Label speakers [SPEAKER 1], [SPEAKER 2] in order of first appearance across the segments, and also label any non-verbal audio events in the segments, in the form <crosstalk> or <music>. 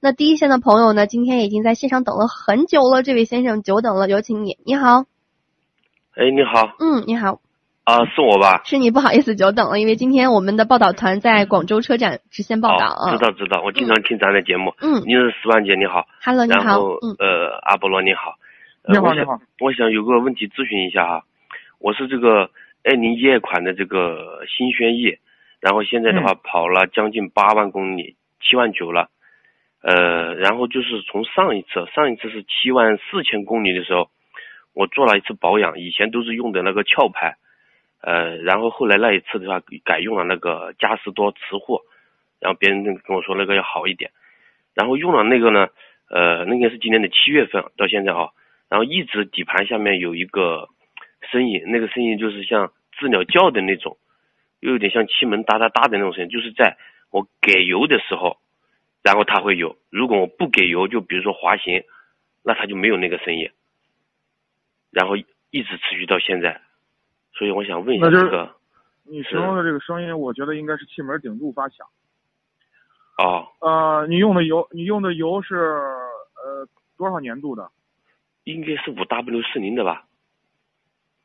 [SPEAKER 1] 那第一线的朋友呢，今天已经在线上等了很久了，这位先生久等了，有请你。你好，
[SPEAKER 2] 哎，你好，
[SPEAKER 1] 嗯，你好，
[SPEAKER 2] 啊，是我吧？
[SPEAKER 1] 是你不好意思久等了，因为今天我们的报道团在广州车展直线报道啊。
[SPEAKER 2] 哦知道知道，我经常听咱的节目。
[SPEAKER 1] 嗯
[SPEAKER 2] 你是石万姐，你好，
[SPEAKER 1] ，Hello，你
[SPEAKER 2] 然
[SPEAKER 1] 好
[SPEAKER 2] 后，
[SPEAKER 1] 嗯
[SPEAKER 2] 呃，阿波罗你好，呃
[SPEAKER 3] 你好
[SPEAKER 2] 我想
[SPEAKER 3] 你好
[SPEAKER 2] 我想有个问题咨询一下哈，我是这个二零一二哎款的这个新轩逸，然后现在的话跑了将近八万公里，七万九了，呃，然后就是从上一次，上一次是七万四千公里的时候，我做了一次保养，以前都是用的那个壳牌，呃，然后后来那一次的话改用了那个嘉实多磁护，然后别人跟我说那个要好一点，然后用了那个呢，呃，那个是今年的七月份到现在啊，然后一直底盘下面有一个声音，那个声音就是像知了叫的那种，又有点像气门哒哒哒的那种声音，就是在我给油的时候，然后它会有；如果我不给油，就比如说滑行，那它就没有那个声音，然后一直持续到现在，所以我想问一下
[SPEAKER 3] 那就
[SPEAKER 2] 这
[SPEAKER 3] 是
[SPEAKER 2] 个
[SPEAKER 3] 你形容的这个声音，我觉得应该是气门顶住发响。
[SPEAKER 2] 哦，
[SPEAKER 3] 呃，你用的油，你用的油是呃多少粘度的？
[SPEAKER 2] 应该是五 W 四零的吧？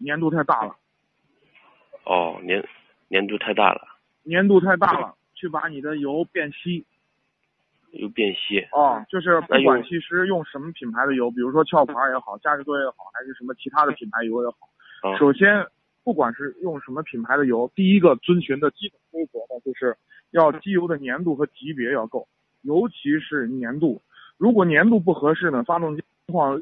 [SPEAKER 3] 粘度太大了，
[SPEAKER 2] 哦，粘粘度太大了，
[SPEAKER 3] 粘度太大了，去把你的油变稀
[SPEAKER 2] 又变稀。
[SPEAKER 3] 哦。就是
[SPEAKER 2] 那
[SPEAKER 3] 不
[SPEAKER 2] 用
[SPEAKER 3] 管其实用什么品牌的油，比如说壳牌也好，嘉实多也好，还是什么其他的品牌油也好，
[SPEAKER 2] 啊
[SPEAKER 3] 首先不管是用什么品牌的油，第一个遵循的基本规则呢，就是要机油的粘度和级别要够，尤其是粘度。如果粘度不合适呢，发动机情况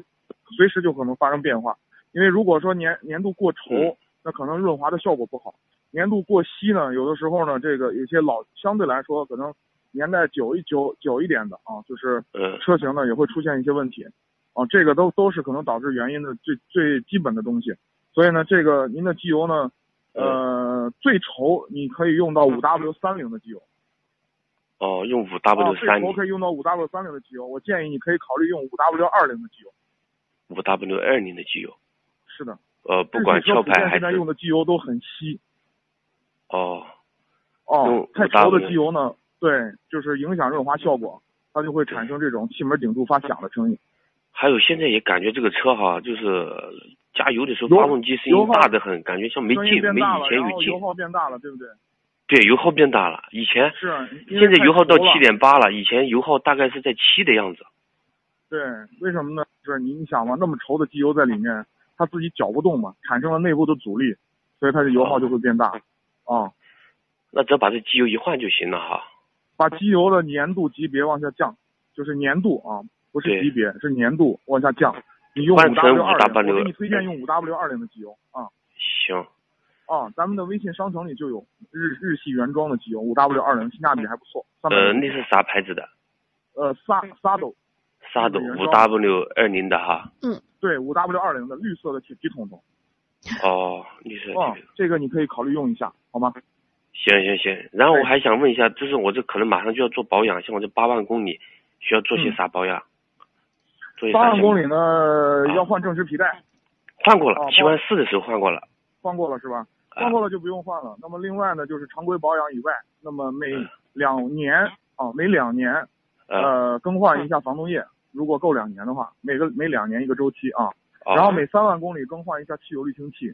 [SPEAKER 3] 随时就可能发生变化。因为如果说粘粘度过
[SPEAKER 2] 嗯
[SPEAKER 3] 稠，那可能润滑的效果不好；粘度过稀呢，有的时候呢，这个有些老相对来说可能年代久一久久一点的啊，就是
[SPEAKER 2] 嗯
[SPEAKER 3] 车型呢也会出现一些问题，啊，这个都都是可能导致原因的最最基本的东西。所以呢，这个您的机油呢，呃，最稠你可以用到五 W 三零的机油，
[SPEAKER 2] 哦，用五
[SPEAKER 3] 啊，
[SPEAKER 2] W
[SPEAKER 3] 最
[SPEAKER 2] 三
[SPEAKER 3] 稠
[SPEAKER 2] 零、
[SPEAKER 3] 可以用到五 W 三零的机油。我建议你可以考虑用五 W 二零的机油。
[SPEAKER 2] 五 W 二零的机油，
[SPEAKER 3] 是的，
[SPEAKER 2] 呃，不管
[SPEAKER 3] 日系车
[SPEAKER 2] 壳
[SPEAKER 3] 普遍
[SPEAKER 2] 牌还
[SPEAKER 3] 现在
[SPEAKER 2] 是
[SPEAKER 3] 用的机油都很稀
[SPEAKER 2] 哦用
[SPEAKER 3] 哦，太
[SPEAKER 2] 5W
[SPEAKER 3] 稠的机油呢，对，就是影响润滑效果，它就会产生这种气门顶住发响的声音。
[SPEAKER 2] 还有现在也感觉这个车哈，就是加油的时候
[SPEAKER 3] 油
[SPEAKER 2] 发动机声
[SPEAKER 3] 油
[SPEAKER 2] 音
[SPEAKER 3] 耗
[SPEAKER 2] 大的很，感觉像没
[SPEAKER 3] 声音
[SPEAKER 2] 劲，
[SPEAKER 3] 变
[SPEAKER 2] 没
[SPEAKER 3] 大
[SPEAKER 2] 以
[SPEAKER 3] 了，
[SPEAKER 2] 前
[SPEAKER 3] 然
[SPEAKER 2] 有
[SPEAKER 3] 后油
[SPEAKER 2] 劲。
[SPEAKER 3] 耗变大了，对不对？
[SPEAKER 2] 对，油耗变大了，以前
[SPEAKER 3] 是，啊因为
[SPEAKER 2] 现在油耗到
[SPEAKER 3] 太稠了
[SPEAKER 2] 七。点八了，以前油耗大概是在七的样子。
[SPEAKER 3] 对，为什么呢？就是你你想嘛，那么稠的机油在里面，它自己搅不动嘛，产生了内部的阻力，所以它的油耗就会变大。
[SPEAKER 2] 哦
[SPEAKER 3] 啊、
[SPEAKER 2] 那只要把这机油一换就行了哈。
[SPEAKER 3] 把机油的粘度级别往下降，就是粘度啊，不是
[SPEAKER 2] 对
[SPEAKER 3] 级别，是粘度往下降。你用
[SPEAKER 2] 换
[SPEAKER 3] 五
[SPEAKER 2] 成
[SPEAKER 3] W 二
[SPEAKER 2] 5W
[SPEAKER 3] 零，我给你推荐用五 W 二零的机油啊
[SPEAKER 2] 行，
[SPEAKER 3] 啊，咱们的微信商城里就有日日系原装的机油五 W 二零，性价比还不错。三百
[SPEAKER 2] 呃，那是啥牌子的？
[SPEAKER 3] 呃萨萨斗
[SPEAKER 2] 沙斗
[SPEAKER 3] 日
[SPEAKER 2] 五
[SPEAKER 3] 本原
[SPEAKER 2] W 二零的哈。
[SPEAKER 3] 对五 W 二零的绿色的铁皮桶桶，
[SPEAKER 2] 哦，绿色
[SPEAKER 3] 啊
[SPEAKER 2] 的。，
[SPEAKER 3] 这个你可以考虑用一下，好吗？
[SPEAKER 2] 行行行，然
[SPEAKER 3] 哎
[SPEAKER 2] 后我还想问一下，就是我这可能马上就要做保养，像我这八万公里，需要做些啥保养？做些啥
[SPEAKER 3] 嗯八
[SPEAKER 2] 项
[SPEAKER 3] 万
[SPEAKER 2] 目？
[SPEAKER 3] 公里呢
[SPEAKER 2] 啊
[SPEAKER 3] 要换正时皮带，
[SPEAKER 2] 换过了
[SPEAKER 3] 哦，
[SPEAKER 2] 七
[SPEAKER 3] 包
[SPEAKER 2] 万四的时候换过了。
[SPEAKER 3] 换过了是吧？
[SPEAKER 2] 啊
[SPEAKER 3] 换过了就不用换了。那么另外呢，就是常规保养以外，那么每
[SPEAKER 2] 嗯
[SPEAKER 3] 两年啊，每两年
[SPEAKER 2] 呃，
[SPEAKER 3] 呃更换一下防冻液，如果够两年的话，每个每两年一个周期啊。
[SPEAKER 2] 哦
[SPEAKER 3] 然后每三万公里更换一下汽油滤清器，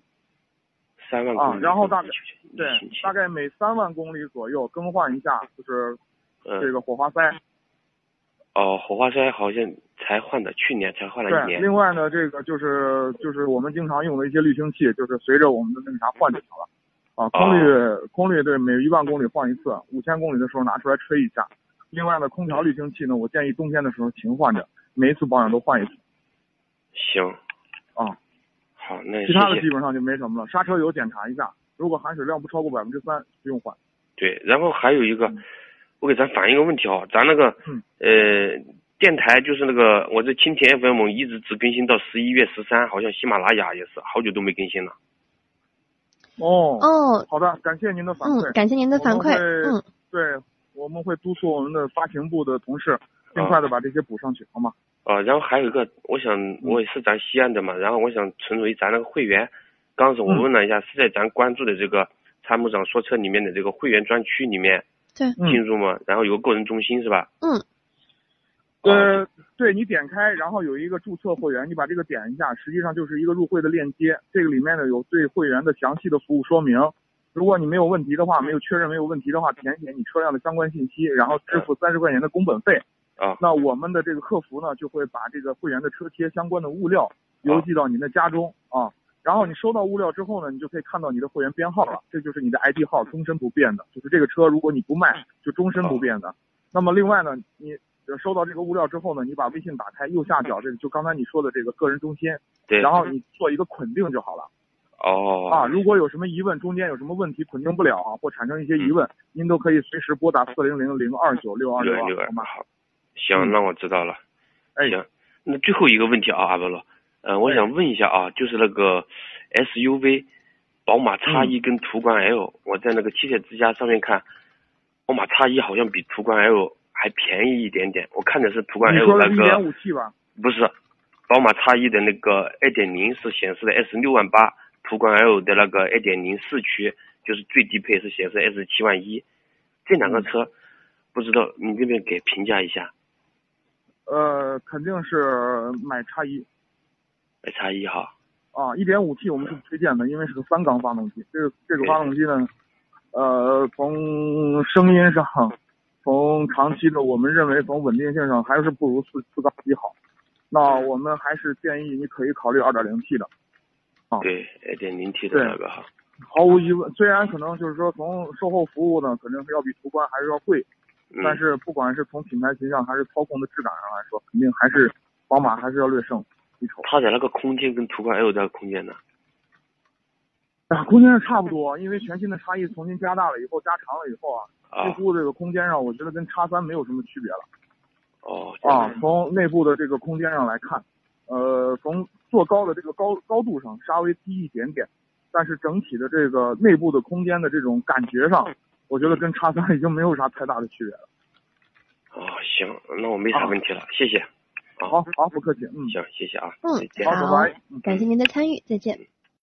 [SPEAKER 2] 三万
[SPEAKER 3] 啊
[SPEAKER 2] 公里，
[SPEAKER 3] 然后大概对
[SPEAKER 2] 一星期，
[SPEAKER 3] 大概每三万公里左右更换一下，就是这
[SPEAKER 2] 嗯，
[SPEAKER 3] 个火花塞。
[SPEAKER 2] 哦，火花塞好像才换的，去年才换了一
[SPEAKER 3] 对，
[SPEAKER 2] 年。
[SPEAKER 3] 另外呢，这个就是就是我们经常用的一些滤清器，就是随着我们的那个啥换就行了。啊，空
[SPEAKER 2] 哦
[SPEAKER 3] 滤空滤对，每一万公里换一次，五千公里的时候拿出来吹一下。另外呢，空调滤清器呢，我建议冬天的时候勤换着，每一次保养都换一次
[SPEAKER 2] 行，
[SPEAKER 3] 啊。
[SPEAKER 2] 好，那
[SPEAKER 3] 其他的
[SPEAKER 2] 谢
[SPEAKER 3] 基
[SPEAKER 2] 谢。
[SPEAKER 3] 本上就没什么了。刹车油检查一下，如果含水量不超过百分之三，不用换。
[SPEAKER 2] 对，然后还有一个
[SPEAKER 3] 嗯，
[SPEAKER 2] 我给咱反映一个问题啊，咱那个
[SPEAKER 3] 嗯
[SPEAKER 2] 呃电台就是那个我这蜻蜓 FM 一直只更新到十一月十三，好像喜马拉雅也是好久都没更新了。
[SPEAKER 3] 哦，
[SPEAKER 1] 哦，
[SPEAKER 3] 好的，感谢您的反馈。
[SPEAKER 1] 嗯，感谢您的反馈，
[SPEAKER 3] 我
[SPEAKER 1] 嗯
[SPEAKER 3] 们会，对，我们会督促我们的发行部的同事尽
[SPEAKER 2] 嗯
[SPEAKER 3] 快的把这些补上去，好吗？
[SPEAKER 2] 啊，然后还有一个，我想
[SPEAKER 3] 嗯
[SPEAKER 2] 我也是咱西安的嘛，然后我想成为咱那个会员。刚是我
[SPEAKER 3] 嗯
[SPEAKER 2] 问了一下，是在咱关注的这个参谋长说车里面的这个会员专区里面
[SPEAKER 1] 对，
[SPEAKER 3] 嗯
[SPEAKER 2] 进入吗？然后有个个人中心是吧？
[SPEAKER 1] 嗯，
[SPEAKER 3] 呃，对你点开，然后有一个注册会员，你把这个点一下，实际上就是一个入会的链接。这个里面呢有对会员的详细的服务说明。如果你没有问题的话，没有确认没有问题的话，填写你车辆的相关信息，然后支付三十块钱的工本费。
[SPEAKER 2] 啊
[SPEAKER 3] 那我们的这个客服呢，就会把这个会员的车贴相关的物料邮寄到您的家中啊。然后你收到物料之后呢，你就可以看到你的会员编号了，这就是你的 ID 号，终身不变的。就是这个车，如果你不卖，就终身不变的。那么另外呢，你收到这个物料之后呢，你把微信打开，右下角这个就刚才你说的这个个人中心，
[SPEAKER 2] 对，
[SPEAKER 3] 然后你做一个捆定就好了。
[SPEAKER 2] 哦
[SPEAKER 3] 啊，如果有什么疑问，中间有什么问题捆定不了啊，或产生一些
[SPEAKER 2] 嗯
[SPEAKER 3] 疑问，您都可以随时拨打四零零零二九六二
[SPEAKER 2] 六
[SPEAKER 3] 六
[SPEAKER 2] 二六
[SPEAKER 3] 二，
[SPEAKER 2] 二
[SPEAKER 3] 好吗？
[SPEAKER 2] 好，行，
[SPEAKER 3] 嗯
[SPEAKER 2] 那我知道了。
[SPEAKER 3] 哎，
[SPEAKER 2] 行，那最后一个问题啊，阿波罗，嗯、我想问一下啊，就是那个 SUV，宝马
[SPEAKER 3] 嗯
[SPEAKER 2] X 一跟途观 L，、我在那个汽车之家上面看，宝马 X 一好像比途观 L 还便宜一点点，我看的是途观
[SPEAKER 3] 你
[SPEAKER 2] L
[SPEAKER 3] 说的
[SPEAKER 2] 那
[SPEAKER 3] 是一点
[SPEAKER 2] 个
[SPEAKER 3] 五 T 吧？
[SPEAKER 2] 不是，宝马 X 一的那个2.0是显示的 S 六万八，途观 L 的那个2.0四驱就是最低配是显示 S 七万一，这两
[SPEAKER 3] 嗯
[SPEAKER 2] 个车、不知道你这边给评价一下
[SPEAKER 3] 呃，肯定是买叉一
[SPEAKER 2] ，X 一哈。
[SPEAKER 3] 啊，一点五 T 我们是不推荐的，因为是个三缸发动机。这个这个发动机呢，呃，从声音上，从长期的我们认为从稳定性上还是不如四四缸机好。那我们还是建议你可以考虑二点零 T 的。哦
[SPEAKER 2] 对，二点零 T 的那个哈，
[SPEAKER 3] 毫无疑问，虽然可能就是说从售后服务呢，肯定是要比途观还是要贵，
[SPEAKER 2] 嗯，
[SPEAKER 3] 但是不管是从品牌形象还是操控的质感上来说，肯定还是宝马还是要略胜一筹。
[SPEAKER 2] 它的那个空间跟途观 L 的空间呢？
[SPEAKER 3] <laughs> 啊，空间是差不多，因为全新的差异重新加大了以后，加长了以后啊，
[SPEAKER 2] 啊
[SPEAKER 3] 几，乎这个空间上，我觉得跟叉三没有什么区别了
[SPEAKER 2] 哦，这样
[SPEAKER 3] 啊。从内部的这个空间上来看，呃，从坐高的这个高高度上稍微低一点点，但是整体的这个内部的空间的这种感觉上，我觉得跟叉三已经没有啥太大的区别了。
[SPEAKER 2] 哦，行，那我没啥问题了，谢谢，
[SPEAKER 3] 哦好好，不客气，嗯，
[SPEAKER 2] 行，谢谢啊，
[SPEAKER 1] 嗯
[SPEAKER 2] 再见。
[SPEAKER 3] 好，拜拜，嗯。
[SPEAKER 1] 感谢您的参与，再见。